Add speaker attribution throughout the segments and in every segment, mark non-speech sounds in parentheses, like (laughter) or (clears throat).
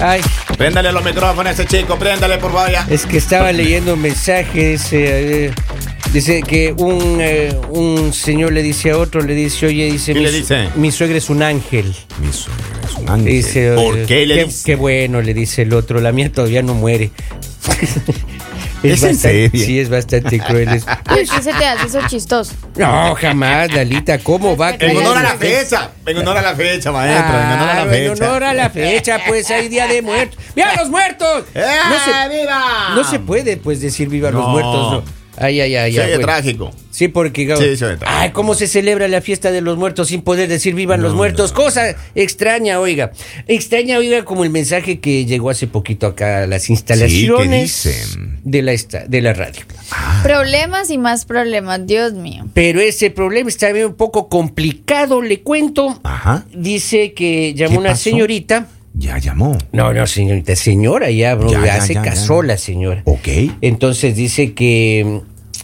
Speaker 1: Ay,
Speaker 2: Préndale los micrófonos a ese chico, préndale por vaya.
Speaker 1: es que estaba leyendo un mensaje, dice, eh, dice que un, eh, un señor le dice a otro, le dice, oye, dice,
Speaker 2: ¿Qué
Speaker 1: mi,
Speaker 2: le
Speaker 1: su-
Speaker 2: dice?
Speaker 1: mi suegra es un ángel.
Speaker 2: Mi suegra es un ángel.
Speaker 1: Dice,
Speaker 2: ¿Por
Speaker 1: eh,
Speaker 2: qué le
Speaker 1: qué,
Speaker 2: dice?
Speaker 1: qué bueno, le dice el otro, la mía todavía no muere. (laughs)
Speaker 2: ¿Es en
Speaker 1: bastante-
Speaker 2: serio?
Speaker 1: Sí, es bastante cruel. es- pues,
Speaker 3: Uy, ¿qué se te hace eso chistoso?
Speaker 1: No, jamás, Lalita, ¿cómo va? a
Speaker 2: En
Speaker 1: creer?
Speaker 2: honor a la fecha. En honor a la fecha, maestro. en honor a la
Speaker 1: Claro,
Speaker 2: fecha.
Speaker 1: en honor a la fecha, pues hay día de muertos. ¡Viva los muertos!
Speaker 2: ¡Eh,
Speaker 1: No se,
Speaker 2: viva!
Speaker 1: no se puede, pues, decir viva los
Speaker 2: Ah, No.
Speaker 1: muertos. no. Ay, ay, ay.
Speaker 2: Se
Speaker 1: ay,
Speaker 2: oye
Speaker 1: bueno.
Speaker 2: trágico.
Speaker 1: Sí, porque.
Speaker 2: Sí, se oye trágico.
Speaker 1: Ay, ¿cómo se celebra la fiesta de los muertos sin poder decir vivan los muertos? Cosa extraña, oiga. Extraña, oiga, como el mensaje que llegó hace poquito acá a las instalaciones
Speaker 2: dicen?
Speaker 1: de, la esta- de la radio.
Speaker 3: Problemas y más problemas, Dios mío.
Speaker 1: Pero ese problema está bien un poco complicado, le cuento.
Speaker 2: Ajá.
Speaker 1: Dice que llamó
Speaker 2: Ah. ¿Qué
Speaker 1: una
Speaker 2: pasó?
Speaker 1: señorita.
Speaker 2: Ya llamó.
Speaker 1: No, no, señorita, señora ya, bro,
Speaker 2: Ya,
Speaker 1: ya
Speaker 2: ya,
Speaker 1: se
Speaker 2: ya,
Speaker 1: casó
Speaker 2: ya.
Speaker 1: la señora.
Speaker 2: Ok.
Speaker 1: Entonces dice que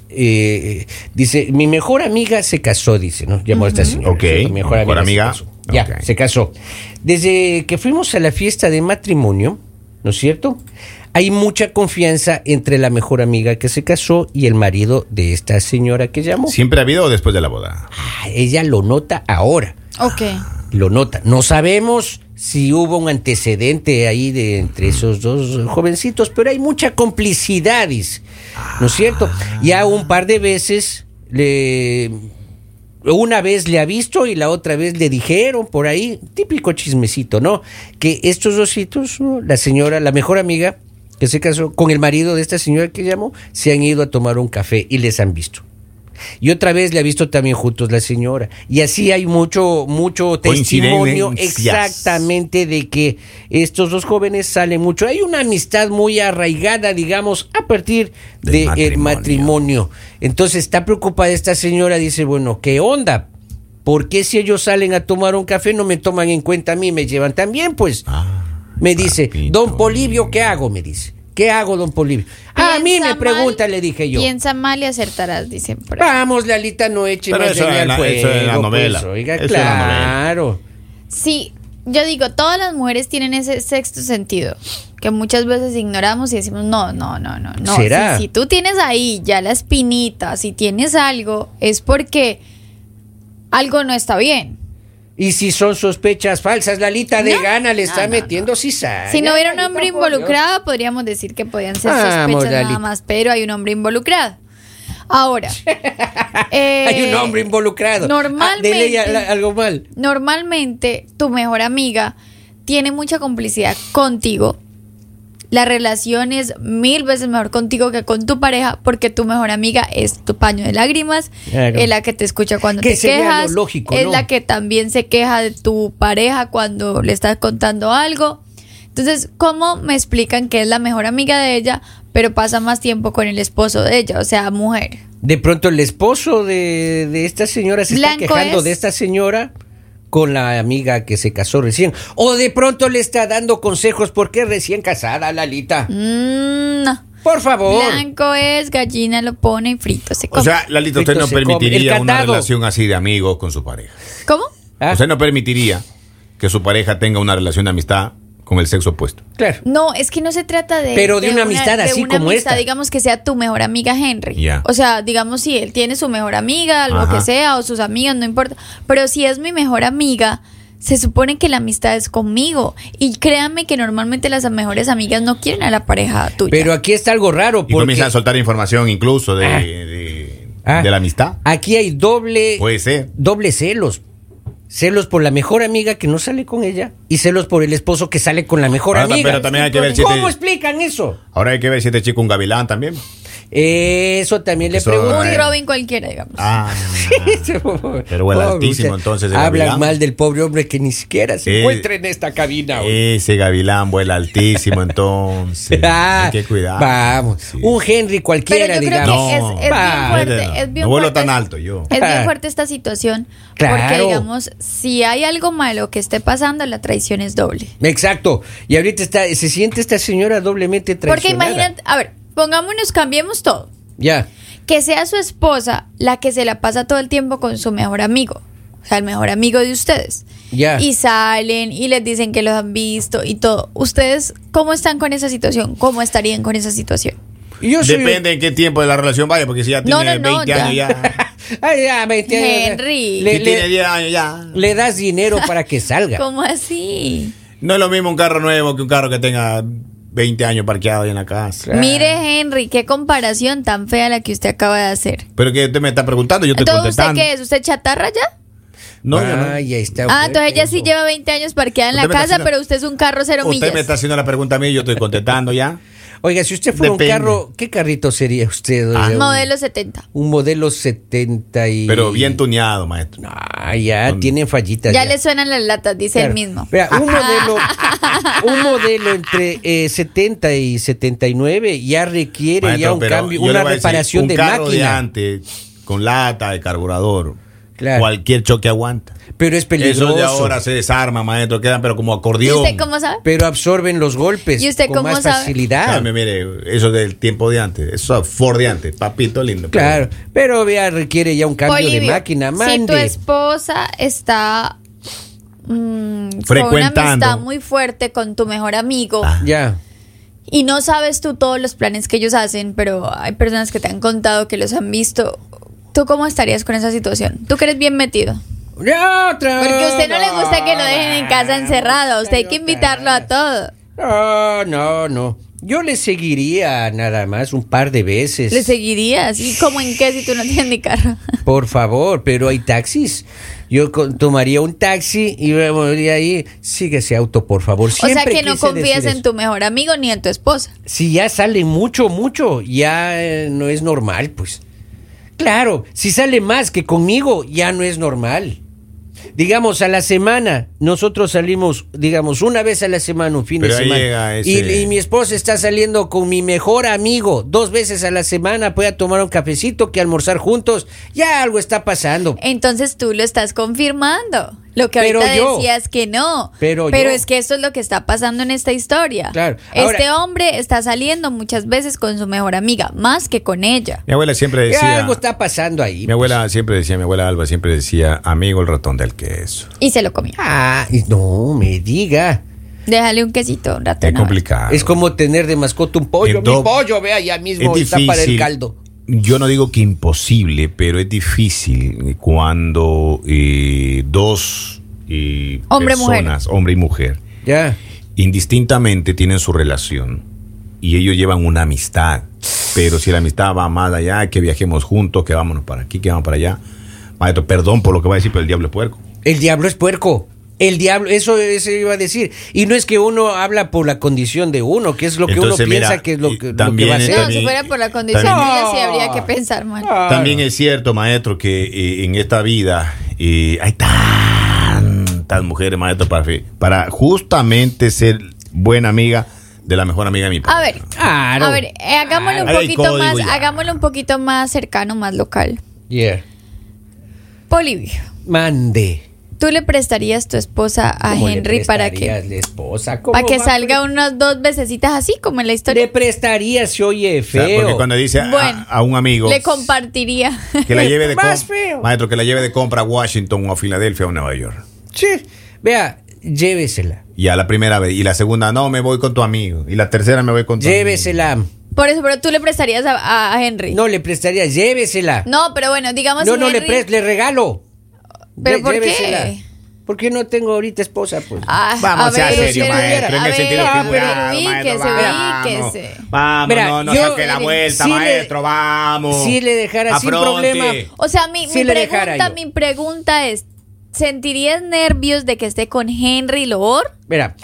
Speaker 1: eh, dice, mi mejor amiga se casó, dice, ¿no? Llamó a esta señora.
Speaker 2: Ok,
Speaker 1: ¿cierto? Mi mejor,
Speaker 2: mejor
Speaker 1: amiga.
Speaker 2: amiga.
Speaker 1: se casó. Ya,
Speaker 2: Ok.
Speaker 1: se casó. Desde que fuimos a la fiesta de matrimonio, ¿no es cierto? Hay mucha confianza entre la mejor amiga que se casó y el marido de esta señora que llamó.
Speaker 2: ¿Siempre ha habido o después de la boda?
Speaker 1: Ah, Ella lo nota ahora
Speaker 3: Ok.
Speaker 1: lo nota. No sabemos si hubo un antecedente ahí de entre esos dos jovencitos, pero hay mucha complicidad, dice. ¿no es cierto? Ya un par de veces le una vez le ha visto y la otra vez le dijeron por ahí, típico chismecito, ¿no? Que estos dositos, ¿no? la señora, la mejor amiga que se casó con el marido de esta señora que llamó, se han ido a tomar un café y les han visto. Y otra vez le ha visto también juntos la señora. Y así hay mucho, mucho testimonio
Speaker 2: Coincidencias.
Speaker 1: exactamente de que estos dos jóvenes salen mucho. Hay una amistad muy arraigada, digamos, a partir del
Speaker 2: Del
Speaker 1: matrimonio.
Speaker 2: matrimonio.
Speaker 1: Entonces está preocupada esta señora, dice, bueno, ¿qué onda? ¿Por qué si ellos salen a tomar un café no me toman en cuenta a mí, me llevan también? Pues
Speaker 2: Ah,
Speaker 1: me dice,
Speaker 2: papito.
Speaker 1: don Polibio, ¿qué hago? Me dice, ¿qué hago, don Polibio? "Ah, a mí
Speaker 3: Piensa
Speaker 1: me
Speaker 3: mal,
Speaker 1: pregunta, le dije yo. Ah.
Speaker 3: Piensa mal y acertarás, dicen por ahí.
Speaker 1: Vamos, Lalita, no eche
Speaker 2: Pero
Speaker 1: más
Speaker 2: eso
Speaker 1: leña
Speaker 2: es
Speaker 1: al
Speaker 2: la- eso es la
Speaker 1: fuego,
Speaker 2: novela.
Speaker 1: pues, oiga,
Speaker 2: Eso es la
Speaker 1: claro.
Speaker 3: Sí, yo digo, todas las mujeres tienen ese sexto sentido que muchas veces ignoramos y decimos, no, no, no, no, no.
Speaker 1: ¿Será?
Speaker 3: Si, si tú tienes ahí ya la espinita, si tienes algo, es porque algo no está bien.
Speaker 1: Y si son sospechas falsas, Lalita de
Speaker 3: No.
Speaker 1: gana le
Speaker 3: No,
Speaker 1: está
Speaker 3: no,
Speaker 1: metiendo cizaña.
Speaker 3: Si no hubiera un
Speaker 1: Lalita,
Speaker 3: hombre
Speaker 1: por Dios.
Speaker 3: involucrado, podríamos decir que podían ser
Speaker 1: Vamos,
Speaker 3: sospechas
Speaker 1: Lalita.
Speaker 3: nada más, pero hay un hombre involucrado. Ahora, eh,
Speaker 1: (laughs) Hay un hombre involucrado.
Speaker 3: normalmente-
Speaker 1: Ah, dele ya la- algo mal.
Speaker 3: normalmente tu mejor amiga tiene mucha complicidad contigo. La relación es mil veces mejor contigo que con tu pareja porque tu mejor amiga es tu paño de lágrimas,
Speaker 1: Claro.
Speaker 3: es la que te escucha cuando
Speaker 1: Que
Speaker 3: te
Speaker 1: sería lo
Speaker 3: quejas,
Speaker 1: lógico,
Speaker 3: es
Speaker 1: ¿no?
Speaker 3: la que también se queja de tu pareja cuando le estás contando algo. Entonces, ¿cómo me explican que es la mejor amiga de ella, pero pasa más tiempo con el esposo de ella, o sea, mujer?
Speaker 1: De pronto el esposo de, de esta señora se está
Speaker 3: Blanco
Speaker 1: quejando
Speaker 3: es.
Speaker 1: de esta señora con la amiga que se casó recién. O de pronto le está dando consejos porque es recién casada, Lalita.
Speaker 3: Mm, no.
Speaker 1: Por favor.
Speaker 3: Blanco es, gallina lo pone y frito se come.
Speaker 2: O sea, Lalita, usted
Speaker 1: Esto
Speaker 2: no
Speaker 1: se come.
Speaker 2: permitiría
Speaker 1: El
Speaker 2: una
Speaker 1: candado.
Speaker 2: relación así de amigos con su pareja.
Speaker 3: ¿Cómo?
Speaker 1: Ah,
Speaker 2: Usted no permitiría que su pareja tenga una relación de amistad con el sexo opuesto.
Speaker 1: claro.
Speaker 3: No, es que no se trata de.
Speaker 1: Pero de una amistad así
Speaker 3: una
Speaker 1: como
Speaker 3: amistad,
Speaker 1: esta.
Speaker 3: Digamos que sea tu mejor amiga Henry.
Speaker 2: Ya.
Speaker 3: O sea, digamos si él tiene su mejor amiga, lo
Speaker 2: Ajá.
Speaker 3: que sea, o sus amigas, no importa. Pero si es mi mejor amiga. Se supone que la amistad es conmigo. Y créanme que normalmente las mejores amigas no quieren a la pareja tuya.
Speaker 1: Pero aquí está algo raro
Speaker 2: Y
Speaker 1: porque
Speaker 2: comienzan a soltar información incluso de, de-
Speaker 1: Ah.
Speaker 2: de la amistad.
Speaker 1: aquí hay doble
Speaker 2: Puede ser.
Speaker 1: doble celos. Celos por la mejor amiga que no sale con ella y celos por el esposo que sale con la mejor
Speaker 2: Ahora,
Speaker 1: amiga.
Speaker 2: Ah, pero también hay que ver si
Speaker 1: ¿Cómo
Speaker 2: te-
Speaker 1: explican eso?
Speaker 2: Ahora hay que ver si este chico es un gavilán también.
Speaker 1: Eso también le
Speaker 2: Eso,
Speaker 1: pregunto.
Speaker 3: un
Speaker 2: eh,
Speaker 3: Robin cualquiera, digamos.
Speaker 2: Ah,
Speaker 1: (laughs) Pero
Speaker 2: el altísimo, entonces, el
Speaker 1: Hablan
Speaker 2: gavilán.
Speaker 1: mal del pobre hombre que ni siquiera se
Speaker 2: Eh,
Speaker 1: encuentra en esta cabina. hoy.
Speaker 2: ese gavilán vuela altísimo, entonces.
Speaker 1: (laughs) Ah,
Speaker 2: hay que cuidar.
Speaker 1: Vamos.
Speaker 2: Sí.
Speaker 1: Un Henry cualquiera,
Speaker 3: Pero yo creo
Speaker 1: digamos.
Speaker 3: que es,
Speaker 2: No.
Speaker 3: es bien
Speaker 1: Va.
Speaker 3: fuerte. Es bien
Speaker 2: No vuelo
Speaker 3: fuerte.
Speaker 2: tan alto yo.
Speaker 3: Es
Speaker 1: Ah.
Speaker 3: bien fuerte esta situación. Porque,
Speaker 1: Claro.
Speaker 3: digamos, si hay algo malo que esté pasando, la traición es doble.
Speaker 1: Exacto. Y ahorita está, se siente esta señora doblemente
Speaker 3: Porque
Speaker 1: traicionada.
Speaker 3: imagínate, a ver, pongámonos, cambiemos todo.
Speaker 1: Ya.
Speaker 3: Que sea su esposa la que se la pasa todo el tiempo con su mejor amigo. o sea, el mejor amigo de ustedes.
Speaker 1: Ya.
Speaker 3: Y salen y les dicen que los han visto y todo. ¿Ustedes cómo están con esa situación? ¿Cómo estarían con esa situación?
Speaker 1: Y yo soy-
Speaker 2: Depende en qué tiempo de la relación vaya, porque si ya
Speaker 3: No,
Speaker 2: tiene
Speaker 3: no, no,
Speaker 2: 20 años ya.
Speaker 1: Ay, ya, 20 años. (laughs)
Speaker 3: Henry.
Speaker 1: Le,
Speaker 2: si tiene
Speaker 1: le-
Speaker 2: 10 años ya.
Speaker 1: le das dinero para que
Speaker 3: (laughs)
Speaker 1: salga.
Speaker 3: ¿Cómo así?
Speaker 2: No es lo mismo un carro nuevo que un carro que tenga 20 años parqueado ahí en la casa.
Speaker 1: Claro.
Speaker 3: Mire, Henry, qué comparación tan fea la que usted acaba de hacer.
Speaker 2: Pero que usted me está preguntando, yo estoy
Speaker 3: Entonces, ¿usted
Speaker 2: contestando.
Speaker 3: qué es? ¿Usted chatarra ya?
Speaker 2: No, yo no.
Speaker 1: Ay, ahí está.
Speaker 3: Ah, entonces ella
Speaker 1: ya
Speaker 3: sí lleva 20 años parqueada en la
Speaker 2: Usted me está
Speaker 3: casa,
Speaker 2: haciendo-
Speaker 3: pero usted es un carro cero
Speaker 2: Usted
Speaker 3: millas.
Speaker 2: me está haciendo la pregunta a mí, yo estoy contestando ya.
Speaker 1: Oiga, si usted fuera
Speaker 2: Depende.
Speaker 1: un carro, ¿qué carrito sería usted?
Speaker 2: Ah.
Speaker 1: Oiga, un-
Speaker 3: Modelo 70.
Speaker 1: Un modelo 70 y...
Speaker 2: Pero bien tuneado, maestro.
Speaker 1: No, ya, tiene fallitas.
Speaker 3: Ya le suenan las latas, dice
Speaker 1: Claro.
Speaker 3: él mismo.
Speaker 1: Vea, un modelo, un modelo entre eh, 70 y 79 ya requiere ya
Speaker 2: Maestro,
Speaker 1: un
Speaker 2: pero
Speaker 1: cambio,
Speaker 2: yo le
Speaker 1: una
Speaker 2: voy a decir,
Speaker 1: reparación
Speaker 2: un
Speaker 1: de
Speaker 2: carro de
Speaker 1: máquina.
Speaker 2: antes, con lata, de carburador.
Speaker 1: Claro.
Speaker 2: Cualquier choque aguanta.
Speaker 1: pero es peligroso.
Speaker 2: Eso de ahora se desarma, maestro, quedan pero como
Speaker 3: ¿Y
Speaker 2: acordeón.
Speaker 3: usted cómo sabe?
Speaker 1: Pero absorben los golpes
Speaker 3: ¿Y usted
Speaker 1: con
Speaker 3: cómo
Speaker 1: más
Speaker 3: sabe?
Speaker 1: facilidad.
Speaker 2: Cambio, mire, eso del tiempo de antes, eso Ford de antes, papito lindo.
Speaker 1: Claro, pero vea, requiere ya un cambio de
Speaker 3: Polivio,
Speaker 1: máquina.
Speaker 3: Si tu
Speaker 1: Mande.
Speaker 3: esposa está mm, con una
Speaker 2: Frecuentando.
Speaker 3: amistad muy fuerte con tu mejor amigo
Speaker 2: Ah.
Speaker 1: Ya.
Speaker 3: y no sabes tú todos los planes que ellos hacen, pero hay personas que te han contado que los han visto. ¿Tú cómo estarías con esa situación? Tú que eres bien metido.
Speaker 1: Ya, otra.
Speaker 3: Porque a usted no le gusta que lo dejen en casa encerrado. A Usted hay que invitarlo a todo.
Speaker 1: No, Ah, no, no. Yo le seguiría nada más un par de veces.
Speaker 3: ¿Le seguirías? ¿Y cómo en qué si tú no tienes ni carro?
Speaker 1: Por favor, pero hay taxis. Yo co- tomaría un taxi y me volvería ahí. Sigue ese auto, por favor.
Speaker 3: O sea
Speaker 1: Siempre
Speaker 3: que no
Speaker 1: quise
Speaker 3: confías
Speaker 1: decir
Speaker 3: en tu mejor amigo ni en tu esposa.
Speaker 1: eso. Si ya sale mucho, mucho, ya eh, no es normal, pues. Claro, si sale más que conmigo, ya no es normal. Digamos, a la semana, nosotros salimos, digamos, una vez a la semana, un fin
Speaker 2: Pero
Speaker 1: de
Speaker 2: ahí
Speaker 1: semana.
Speaker 2: llega ese-
Speaker 1: Y, y mi esposa está saliendo con mi mejor amigo dos veces a la semana, puede tomar un cafecito que almorzar juntos. Ya algo está pasando.
Speaker 3: Entonces tú lo estás confirmando. Lo que
Speaker 1: Pero
Speaker 3: ahorita
Speaker 1: yo.
Speaker 3: decías que no.
Speaker 1: Pero yo.
Speaker 3: es que esto es lo que está pasando en esta historia.
Speaker 1: Claro.
Speaker 3: este
Speaker 1: Ahora-
Speaker 3: hombre está saliendo muchas veces con su mejor amiga, más que con ella.
Speaker 2: Mi abuela siempre
Speaker 1: Ya
Speaker 2: decía.
Speaker 1: algo está pasando ahí. pues.
Speaker 2: Mi abuela siempre decía, mi abuela Alba siempre decía, amigo el ratón del queso.
Speaker 3: Y se lo comió.
Speaker 1: Ah, y no me diga.
Speaker 3: Déjale un quesito un rato.
Speaker 2: Es
Speaker 3: una vez.
Speaker 2: complicado.
Speaker 1: Es como tener de mascota un pollo. Mi
Speaker 2: Entonces,
Speaker 1: pollo, vea, ya mismo
Speaker 2: es
Speaker 1: está para el
Speaker 2: difícil.
Speaker 1: caldo.
Speaker 2: Yo no digo que imposible, pero es difícil cuando eh, dos eh,
Speaker 3: Hombre,
Speaker 2: personas, hombre y mujer,
Speaker 1: Ya.
Speaker 2: indistintamente tienen su relación y ellos llevan una amistad. Pero si la amistad va más allá, que viajemos juntos, que vámonos para aquí, que vamos para allá. Maestro, perdón por lo que voy a decir, pero el diablo es puerco.
Speaker 1: El diablo es puerco. El diablo, eso, eso iba a decir. Y no es que uno habla por la condición de uno, que es lo que
Speaker 2: Entonces,
Speaker 1: uno
Speaker 2: mira,
Speaker 1: piensa que es lo que,
Speaker 2: y
Speaker 1: lo
Speaker 2: también
Speaker 1: que va a
Speaker 2: está
Speaker 1: ser.
Speaker 3: No, si
Speaker 2: También-
Speaker 3: fuera por la condición
Speaker 2: también-
Speaker 3: tuya, sí habría que pensar mal.
Speaker 1: Ah.
Speaker 2: También es cierto, maestro, que eh, en esta vida eh, hay tantas mujeres, maestro, para, fi- para justamente ser buena amiga de la mejor amiga de mi papá.
Speaker 3: A ver.
Speaker 1: Claro.
Speaker 3: A ver, eh, hagámoslo un
Speaker 2: Ahí hay
Speaker 3: poquito
Speaker 2: código
Speaker 3: más,
Speaker 2: ya.
Speaker 3: hagámoslo un poquito más cercano, más local.
Speaker 1: Ah, Yeah.
Speaker 3: Polivio,
Speaker 1: Mande.
Speaker 3: ¿tú le prestarías tu esposa a
Speaker 1: ¿Cómo le
Speaker 3: Henry para que
Speaker 1: prestarías la esposa? ¿Cómo
Speaker 3: para que
Speaker 1: va pues? a
Speaker 3: salga
Speaker 1: pre-
Speaker 3: unas dos vecesitas así como en la
Speaker 1: Le
Speaker 3: historia?
Speaker 1: prestaría si oye
Speaker 2: O sea,
Speaker 1: feo.
Speaker 2: porque cuando dice a-
Speaker 3: Bueno,
Speaker 2: a, un amigo
Speaker 3: Le compartiría.
Speaker 2: que la lleve
Speaker 1: (laughs)
Speaker 2: de
Speaker 1: Más
Speaker 2: com-
Speaker 1: feo.
Speaker 2: maestro que la lleve de compra a Washington o a Filadelfia o a Nueva York.
Speaker 1: Sí. Vea, llévesela.
Speaker 2: Y a la primera vez y la segunda no me voy con tu amigo y la tercera me voy con tu amigo.
Speaker 1: Llévesela.
Speaker 3: (laughs) Por eso, pero tú le prestarías a, a- a Henry. No.
Speaker 1: No le prestaría, llévesela.
Speaker 3: pero bueno, digamos
Speaker 1: No,
Speaker 3: si
Speaker 1: no le
Speaker 3: Henry-
Speaker 1: presto, le regalo.
Speaker 3: ¿Pero
Speaker 1: Ve,
Speaker 3: por qué?
Speaker 1: Porque no tengo ahorita esposa, pues.
Speaker 3: Ah,
Speaker 2: Vamos
Speaker 3: a
Speaker 2: a
Speaker 3: ver,
Speaker 2: serio,
Speaker 3: pero-
Speaker 2: maestro, en
Speaker 3: a
Speaker 2: el sentido
Speaker 3: ver, ah,
Speaker 2: figurado, maestro,
Speaker 3: pero ubíquese, ubíquese.
Speaker 2: Vamos, vamos,
Speaker 1: Mira,
Speaker 2: no, no
Speaker 1: yo-
Speaker 2: saque la vuelta,
Speaker 1: si le-
Speaker 2: maestro, vamos.
Speaker 1: si le dejara sin
Speaker 2: Afronte.
Speaker 1: problema.
Speaker 3: O sea, mi,
Speaker 1: Sí
Speaker 3: mi
Speaker 1: le dejara
Speaker 3: pregunta,
Speaker 1: yo.
Speaker 3: mi pregunta es, ¿sentirías nervios de que esté con Henry Lord?
Speaker 1: Mira,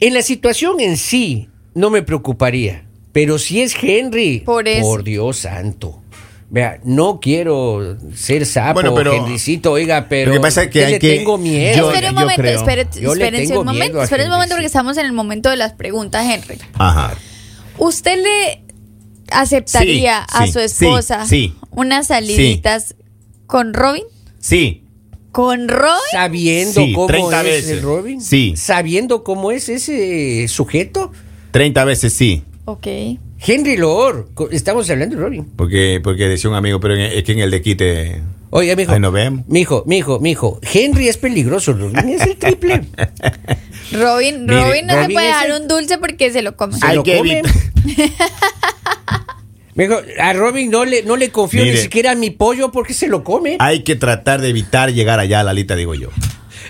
Speaker 1: en la situación en sí no me preocuparía, pero si es Henry,
Speaker 3: Por eso.
Speaker 1: Dios santo. Vea, no quiero ser sapo,
Speaker 2: Bueno, pero-
Speaker 1: Henrycito, oiga, pero
Speaker 2: Lo que pasa es que
Speaker 1: yo
Speaker 2: hay
Speaker 1: le
Speaker 2: que-
Speaker 1: tengo
Speaker 2: Yo-
Speaker 1: miedo.
Speaker 3: espere un
Speaker 2: yo
Speaker 3: momento,
Speaker 2: creo.
Speaker 3: espere,
Speaker 1: Yo le
Speaker 3: espérense
Speaker 1: tengo
Speaker 3: un momento,
Speaker 1: miedo a
Speaker 3: espérense un
Speaker 1: Henry,
Speaker 3: momento porque
Speaker 1: sí.
Speaker 3: estamos en el momento de las preguntas, Henry.
Speaker 2: Ajá.
Speaker 3: ¿Usted le aceptaría
Speaker 2: Sí,
Speaker 3: a
Speaker 2: sí,
Speaker 3: su
Speaker 2: sí,
Speaker 3: esposa
Speaker 2: sí.
Speaker 3: unas saliditas con Robin?
Speaker 2: Sí.
Speaker 3: ¿Con Robin?
Speaker 1: Sabiendo
Speaker 2: Sí,
Speaker 1: cómo
Speaker 2: 30
Speaker 1: es
Speaker 2: veces.
Speaker 1: el Robin,
Speaker 2: Sí.
Speaker 1: sabiendo cómo es ese sujeto,
Speaker 2: 30 veces sí.
Speaker 3: Ok.
Speaker 1: Henry Lord, co- estamos hablando de Robin.
Speaker 2: Porque, porque decía un amigo, pero en- es que en el de quite
Speaker 1: Oye, mijo.
Speaker 2: Ahí nos vemos.
Speaker 1: Mijo, mijo, mijo. Henry es peligroso. Robin es el
Speaker 2: (laughs)
Speaker 1: triple.
Speaker 3: Robin,
Speaker 2: Mire,
Speaker 3: Robin no se
Speaker 1: Robin
Speaker 3: puede
Speaker 1: es
Speaker 3: dar
Speaker 1: el-
Speaker 3: un dulce porque se lo come.
Speaker 1: Se
Speaker 2: Hay
Speaker 1: lo
Speaker 2: que
Speaker 1: come.
Speaker 2: evitar-
Speaker 1: Mijo, a Robin no le, no le confío ni
Speaker 2: Mire. Ah,
Speaker 1: siquiera a mi pollo porque se lo come.
Speaker 2: (laughs) Hay que tratar de evitar llegar allá, Lalita, digo yo.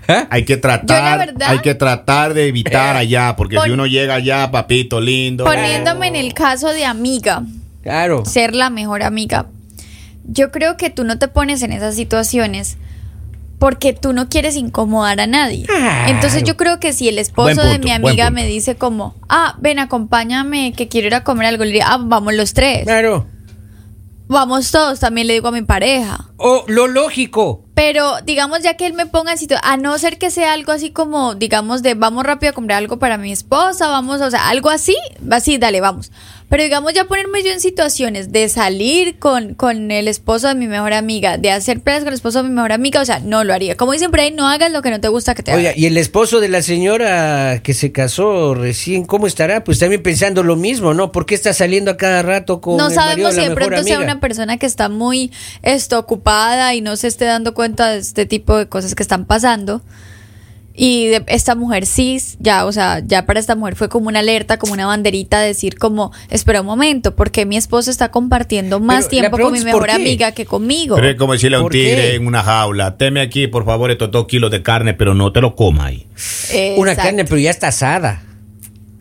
Speaker 1: ¿Ah?
Speaker 2: Hay que
Speaker 3: Yo, la
Speaker 2: tratar,
Speaker 3: verdad-
Speaker 2: hay que tratar de evitar allá, porque
Speaker 3: Pon-
Speaker 2: si uno llega allá, papito lindo.
Speaker 3: Poniéndome en el caso de amiga,
Speaker 1: Claro.
Speaker 3: ser la mejor amiga, yo creo que tú no te pones en esas situaciones porque tú no quieres incomodar a nadie.
Speaker 1: Claro.
Speaker 3: Entonces yo creo que si el esposo
Speaker 2: Buen
Speaker 3: de
Speaker 2: punto,
Speaker 3: mi
Speaker 2: buen
Speaker 3: amiga
Speaker 2: punto.
Speaker 3: me dice como, ah, ven, acompáñame, que quiero ir a comer algo, le diría, ah, vamos los tres,
Speaker 1: Claro.
Speaker 3: vamos todos, también le digo a mi pareja.
Speaker 1: O lo lógico.
Speaker 3: Pero digamos ya que él me ponga en situación, a no ser que sea algo así como, digamos, de vamos rápido a comprar algo para mi esposa, vamos, o sea, algo así, así, dale, vamos. Pero digamos ya ponerme yo en situaciones de salir con, con el esposo de mi mejor amiga, de hacer planes con el esposo de mi mejor amiga, o sea, no lo haría. Como dicen por ahí, no hagas lo que no te gusta que te
Speaker 1: Oiga,
Speaker 3: hagan.
Speaker 1: y el esposo de la señora que se casó recién, ¿cómo estará? Pues también pensando lo mismo, ¿no? ¿Por qué está saliendo a cada rato con
Speaker 3: No
Speaker 1: el marido de
Speaker 3: sabemos si
Speaker 1: la
Speaker 3: de
Speaker 1: mejor
Speaker 3: pronto sea
Speaker 1: amiga?
Speaker 3: una persona que está muy esto, ocupada y no se esté dando cuenta de este tipo de cosas que están pasando. Y de- esta mujer cis, ya, o sea, ya para esta mujer fue como una alerta, como una banderita, decir como, espera un momento, porque mi esposo está compartiendo más
Speaker 1: la
Speaker 3: tiempo con
Speaker 1: pregunta
Speaker 3: mi
Speaker 1: es,
Speaker 3: mejor
Speaker 1: ¿por qué?
Speaker 3: amiga que conmigo.
Speaker 2: Pero es como decirle a un
Speaker 1: ¿Por qué?
Speaker 2: tigre en una jaula, teme aquí, por favor, estos dos kilos de carne, pero no te lo coma ahí.
Speaker 1: Una
Speaker 3: Exacto.
Speaker 1: carne, pero ya está asada.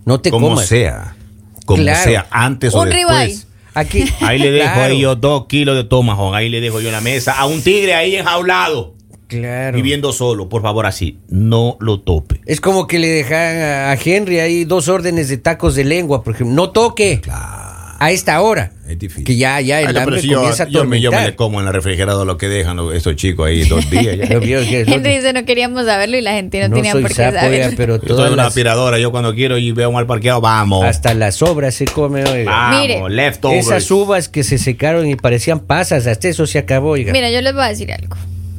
Speaker 1: No te
Speaker 2: como
Speaker 1: comas.
Speaker 2: sea, como
Speaker 1: Claro.
Speaker 2: sea, antes o
Speaker 3: Un ribeye.
Speaker 2: después.
Speaker 1: Aquí.
Speaker 2: Ahí le dejo
Speaker 1: Claro,
Speaker 2: ahí yo dos kilos de tomahawk, ahí le dejo yo en la mesa, a un tigre ahí enjaulado,
Speaker 1: Claro.
Speaker 2: viviendo solo, por favor, así, no lo tope.
Speaker 1: Es como que le dejan a a Henry ahí dos órdenes de tacos de lengua, por ejemplo. No toque a esta hora.
Speaker 2: Es difícil.
Speaker 1: Que ya, ya el
Speaker 2: Ay, no, pero
Speaker 1: hambre
Speaker 2: si yo,
Speaker 1: comienza a
Speaker 2: yo me, yo me le
Speaker 1: atormentar.
Speaker 2: como en la refrigeradora lo que dejan los- estos chicos ahí dos días.
Speaker 1: (laughs)
Speaker 2: ya.
Speaker 1: Yo veo que-
Speaker 3: (laughs) Henry dice, no queríamos saberlo y la gente no,
Speaker 1: no
Speaker 3: tenía
Speaker 1: soy
Speaker 3: por qué
Speaker 1: sapo, oiga,
Speaker 3: saberlo.
Speaker 1: pero
Speaker 2: Yo soy
Speaker 1: todas
Speaker 2: una
Speaker 1: las-
Speaker 2: aspiradora, yo cuando quiero y veo mal parqueado, vamos.
Speaker 1: hasta las obras se come, oiga.
Speaker 2: vamos,
Speaker 3: Mire,
Speaker 2: leftovers.
Speaker 1: Esas uvas que se secaron y parecían pasas, hasta eso se acabó, oiga.
Speaker 3: Mira, yo les voy a decir algo.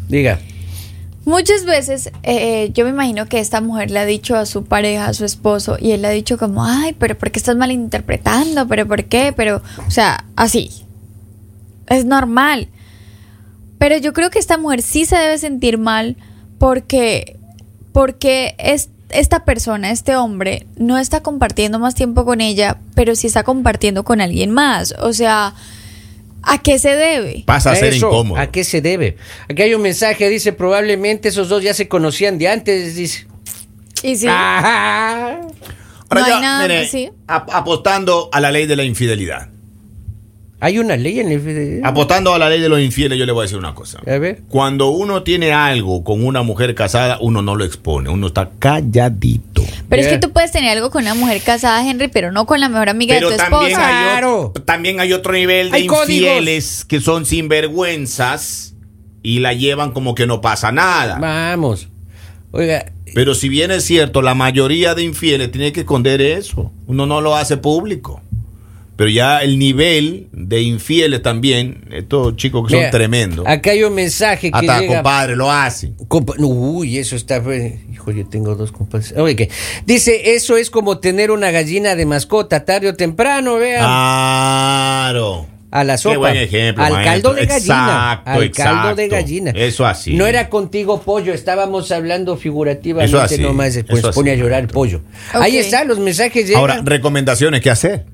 Speaker 1: Diga.
Speaker 3: Muchas veces eh, yo me imagino que esta mujer le ha dicho a su pareja, a su esposo, y él le ha dicho como, ay, pero ¿por qué estás malinterpretando? ¿Pero por qué? Pero, o sea, así. Es normal. Pero yo creo que esta mujer sí se debe sentir mal porque, porque es, esta persona, este hombre, no está compartiendo más tiempo con ella, pero sí está compartiendo con alguien más. O sea, ¿a qué se debe?
Speaker 2: Pasa a ser
Speaker 1: Eso,
Speaker 2: incómodo.
Speaker 1: ¿A qué se debe? Aquí hay un mensaje, dice, probablemente esos dos ya se conocían de antes, dice.
Speaker 3: Y sí,
Speaker 1: Ah,
Speaker 3: No hay nada más, sí.
Speaker 2: ap- apostando a la ley de la infidelidad.
Speaker 1: Hay una ley en el...
Speaker 2: Apostando a la ley de los infieles, yo le voy a decir una cosa.
Speaker 1: A ver.
Speaker 2: Cuando uno tiene algo con una mujer casada, uno no lo expone, uno está calladito.
Speaker 3: Pero es
Speaker 1: Yeah.
Speaker 3: que tú puedes tener algo con una mujer casada, Henry, pero no con la mejor amiga
Speaker 2: Pero
Speaker 3: de tu
Speaker 2: también
Speaker 3: esposa.
Speaker 1: Ah,
Speaker 2: hay,
Speaker 1: Claro.
Speaker 2: o- también hay otro nivel de
Speaker 1: Hay códigos.
Speaker 2: infieles que son sinvergüenzas y la llevan como que no pasa nada.
Speaker 1: Vamos. Oiga,
Speaker 2: Pero si bien es cierto, la mayoría de infieles tiene que esconder eso. Uno no lo hace público. Pero ya el nivel de infieles también, estos chicos que Pues son
Speaker 1: mira,
Speaker 2: tremendos,
Speaker 1: Acá hay un mensaje que
Speaker 2: hasta
Speaker 1: llega...
Speaker 2: compadre lo hacen.
Speaker 1: Compa- Uy, eso está. fe- Hijo, yo tengo dos compas. Oye, ¿qué? Dice: Eso es como tener una gallina de mascota tarde o temprano, vean.
Speaker 2: Claro.
Speaker 1: a la sopa.
Speaker 2: Ah, Qué buen ejemplo,
Speaker 1: al
Speaker 2: maestro.
Speaker 1: caldo de gallina.
Speaker 2: Exacto,
Speaker 1: al caldo de
Speaker 2: exacto.
Speaker 1: gallina.
Speaker 2: Eso así.
Speaker 1: No era contigo, pollo. Estábamos hablando figurativamente
Speaker 2: Eso así,
Speaker 1: nomás. Después
Speaker 2: eso así,
Speaker 1: pone a llorar el
Speaker 2: maestro.
Speaker 1: pollo.
Speaker 3: Ok.
Speaker 1: Ahí están los mensajes. Llegan.
Speaker 2: Ahora, recomendaciones que hacer.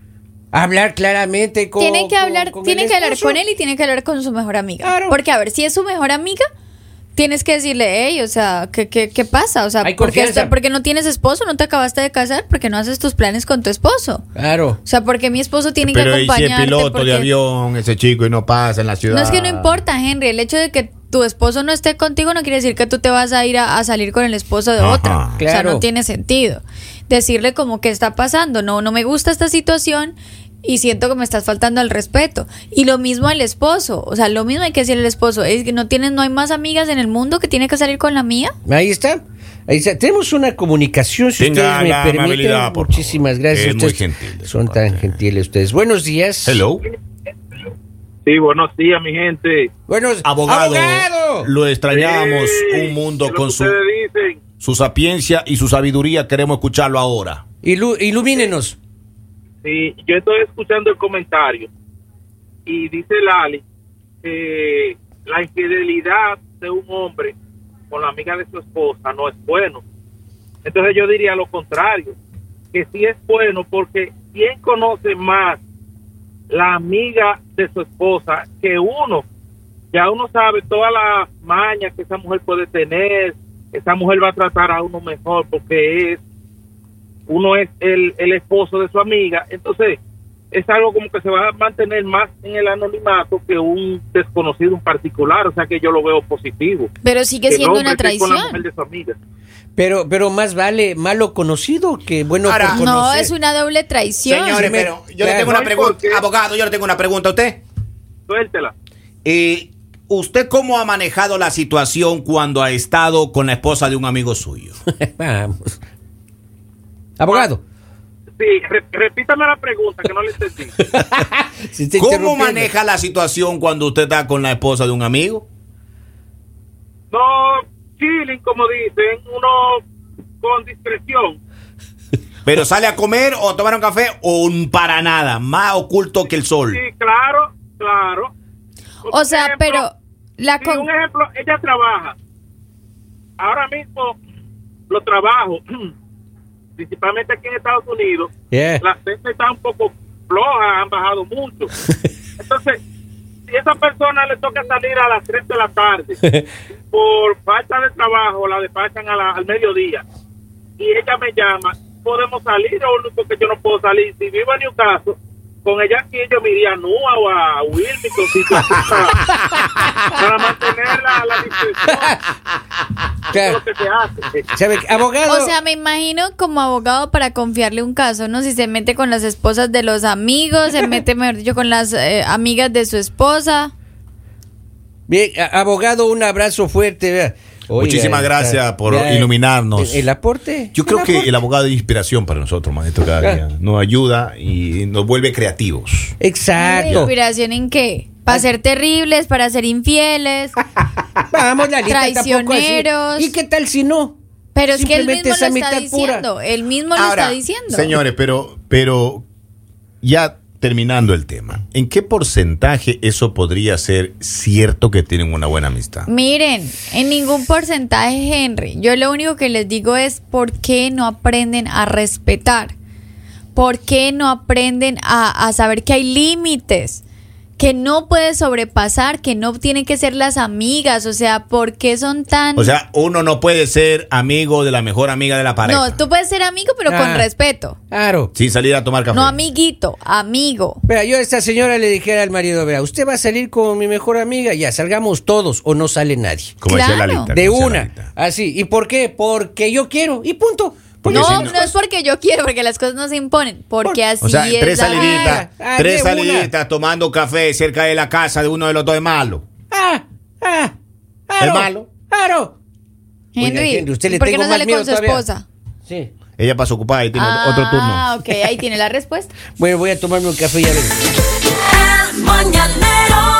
Speaker 1: hablar claramente con.
Speaker 3: Tiene que
Speaker 1: con-
Speaker 3: hablar,
Speaker 1: con el
Speaker 3: tiene que hablar
Speaker 1: esposo.
Speaker 3: con él y tiene que hablar con su mejor amiga.
Speaker 1: Claro.
Speaker 3: Porque a ver, si es su mejor amiga, tienes que decirle, hey, o sea, ¿qué, qué, qué pasa? O sea,
Speaker 1: Hay
Speaker 3: ¿por qué,
Speaker 1: confianza.
Speaker 3: esta- por qué no tienes esposo? ¿No te acabaste de casar? ¿Por qué no haces tus planes con tu esposo?
Speaker 1: Claro.
Speaker 3: O sea, porque mi esposo tiene
Speaker 2: Pero
Speaker 3: que
Speaker 2: ahí si es
Speaker 3: acompañarte.
Speaker 2: piloto
Speaker 3: porque-
Speaker 2: de avión, ese chico, y no pasa en la ciudad.
Speaker 3: No es que no importa, Henry. El hecho de que tu esposo no esté contigo no quiere decir que tú te vas a ir a, a salir con el esposo de
Speaker 2: Ajá.
Speaker 3: otra. O sea,
Speaker 1: Claro.
Speaker 3: no tiene sentido. Decirle como que está pasando, no, no me gusta esta situación y siento que me estás faltando al respeto. Y lo mismo al esposo, o sea, lo mismo hay que decirle al esposo, es que no tienes, no hay más amigas en el mundo que tiene que salir con la mía.
Speaker 1: Ahí está. Ahí está. Tenemos una comunicación, si
Speaker 2: Tenga
Speaker 1: ustedes
Speaker 2: la
Speaker 1: me permiten.
Speaker 2: amabilidad, por
Speaker 1: Muchísimas
Speaker 2: favor.
Speaker 1: gracias.
Speaker 2: Es muy
Speaker 1: Ustedes
Speaker 2: gentil de su
Speaker 1: Son
Speaker 2: parte.
Speaker 1: tan gentiles ustedes. Buenos días.
Speaker 2: Hello.
Speaker 4: Sí, buenos días, mi gente.
Speaker 1: Buenos
Speaker 2: Abogado. Lo extrañamos.
Speaker 4: Sí,
Speaker 2: un
Speaker 4: ¿qué
Speaker 2: mundo
Speaker 4: es lo
Speaker 2: con
Speaker 4: que
Speaker 2: su,
Speaker 4: ustedes dicen?
Speaker 2: su sapiencia y su sabiduría. Queremos escucharlo ahora.
Speaker 1: Ilu- ilumínenos.
Speaker 4: Sí, yo estoy escuchando el comentario y dice Lali eh, la infidelidad de un hombre con la amiga de su esposa no es bueno. Entonces yo diría lo contrario, que sí es bueno porque ¿quién conoce más la amiga de su esposa que uno? Ya uno sabe todas las mañas que esa mujer puede tener, esa mujer va a tratar a uno mejor porque es uno es el, el esposo de su amiga, entonces es algo como que se va a mantener más en el anonimato que un desconocido en particular, o sea que yo lo veo positivo.
Speaker 3: Pero sigue
Speaker 4: Que el
Speaker 3: siendo
Speaker 4: hombre
Speaker 3: una
Speaker 4: esté con la mujer
Speaker 3: traición.
Speaker 4: de su amiga.
Speaker 1: Pero, pero más vale malo conocido que bueno por
Speaker 5: Ahora-
Speaker 1: conocer.
Speaker 3: No, es una doble traición.
Speaker 5: Señores,
Speaker 1: me-
Speaker 5: pero yo le
Speaker 1: Claro.
Speaker 5: tengo una
Speaker 4: No, ¿y
Speaker 5: pregunta.
Speaker 4: por qué?
Speaker 5: Abogado, yo le tengo una pregunta a usted.
Speaker 4: Suéltela.
Speaker 5: Eh, ¿Usted cómo ha manejado la situación cuando ha estado con la esposa de un
Speaker 4: (laughs)
Speaker 5: amigo suyo?
Speaker 1: (laughs) Vamos. Abogado. (laughs)
Speaker 4: Sí, re- repítame la pregunta que no la entendí.
Speaker 1: se está
Speaker 5: ¿Cómo
Speaker 1: interrumpiendo.
Speaker 5: maneja la situación cuando usted está con la esposa de un amigo?
Speaker 4: No, chilling, como dicen, uno con discreción.
Speaker 5: ¿Pero sale a comer o a tomar un café o un para nada? Más oculto que el sol.
Speaker 4: Sí, claro, claro.
Speaker 3: O sea,
Speaker 4: Por ejemplo,
Speaker 3: pero la
Speaker 4: Sí,
Speaker 3: con-
Speaker 4: un ejemplo, ella trabaja. Ahora mismo lo trabajo, (clears throat) principalmente aquí en Estados Unidos.
Speaker 1: Yeah.
Speaker 4: (laughs) La gente está un poco floja, han bajado mucho. Entonces, si esa persona le toca salir a las 3 de la tarde, por falta de trabajo, la despachan a la- al mediodía, y ella me llama, podemos salir, o no, porque yo no puedo salir. Si vivo en Newcastle, con ella aquí yo me iría a Nua o a Wilmington, sitio así, para, para mantener la, la discreción de
Speaker 1: Claro.
Speaker 4: lo que se hace.
Speaker 1: ¿Sabe qué? Abogado.
Speaker 3: O sea, me imagino como abogado para confiarle un caso, ¿no? Si se mete con las esposas de los
Speaker 1: (laughs)
Speaker 3: amigos, se mete, mejor dicho, con las eh, amigas de su esposa.
Speaker 1: Bien, a- abogado, un abrazo fuerte. vea. Oiga,
Speaker 2: Muchísimas gracias por
Speaker 1: vea,
Speaker 2: iluminarnos.
Speaker 1: El, el aporte.
Speaker 2: Yo
Speaker 1: un
Speaker 2: creo que
Speaker 1: aporte.
Speaker 2: el abogado es inspiración para nosotros, maestro, cada
Speaker 1: Claro.
Speaker 2: día. Nos ayuda y nos vuelve creativos.
Speaker 1: Exacto.
Speaker 3: ¿Inspiración en qué? ¿Para ser terribles? ¿Para
Speaker 1: (laughs)
Speaker 3: ser infieles?
Speaker 1: Vamos, la lista tampoco así.
Speaker 3: Traicioneros.
Speaker 1: ¿Y qué tal si no?
Speaker 3: Pero es que él
Speaker 1: Simplemente
Speaker 3: mismo
Speaker 1: esa
Speaker 3: lo está
Speaker 1: mitad pura.
Speaker 3: diciendo. Él mismo lo
Speaker 2: Ahora,
Speaker 3: está diciendo.
Speaker 2: Señores, pero, pero ya terminando el tema, ¿en qué porcentaje eso podría ser cierto que tienen una buena amistad?
Speaker 3: Miren, en ningún porcentaje, Henry. Yo lo único que les digo es por qué no aprenden a respetar. ¿Por qué no aprenden a, a saber que hay límites? Que no puedes sobrepasar, que no tienen que ser las amigas. O sea, ¿por qué son tan...
Speaker 5: O sea, uno no puede ser amigo de la mejor amiga de la pareja.
Speaker 3: no, tú puedes ser amigo, pero con
Speaker 1: Ah.
Speaker 3: respeto.
Speaker 1: Claro.
Speaker 5: Sin salir a tomar café.
Speaker 3: No amiguito, amigo.
Speaker 1: Vea, yo a esta señora le dijera al marido, vea, usted va a salir con mi mejor amiga, ya, salgamos todos o no sale nadie.
Speaker 2: Como decía
Speaker 3: claro.
Speaker 2: Lalita.
Speaker 1: De
Speaker 2: como decía
Speaker 1: una,
Speaker 2: Lalita.
Speaker 1: así. ¿Y por qué? Porque yo quiero. Y punto. Pues, Porque
Speaker 3: no,
Speaker 1: si
Speaker 3: no es porque yo quiero, porque las cosas no se imponen. Porque así
Speaker 5: O sea,
Speaker 3: es
Speaker 5: tres
Speaker 3: la
Speaker 5: saliditas,
Speaker 3: vida.
Speaker 1: Ah,
Speaker 5: tres
Speaker 1: de una.
Speaker 5: saliditas tomando café cerca de la casa de uno de los dos es malo.
Speaker 1: Ah, ah, aro,
Speaker 5: ¿Es malo?
Speaker 1: aro. Oiga,
Speaker 3: Henry,
Speaker 1: Henry, usted le
Speaker 3: ¿y ¿por qué
Speaker 1: tengo
Speaker 3: no
Speaker 1: más
Speaker 3: sale
Speaker 1: miedo
Speaker 3: con su
Speaker 1: todavía.
Speaker 3: esposa?
Speaker 1: Sí.
Speaker 2: Ella pasó ocupada y tiene otro turno.
Speaker 3: Ah, ok, ahí tiene la respuesta.
Speaker 1: Bueno, voy a tomarme un café y ya vengo.
Speaker 6: El mañanero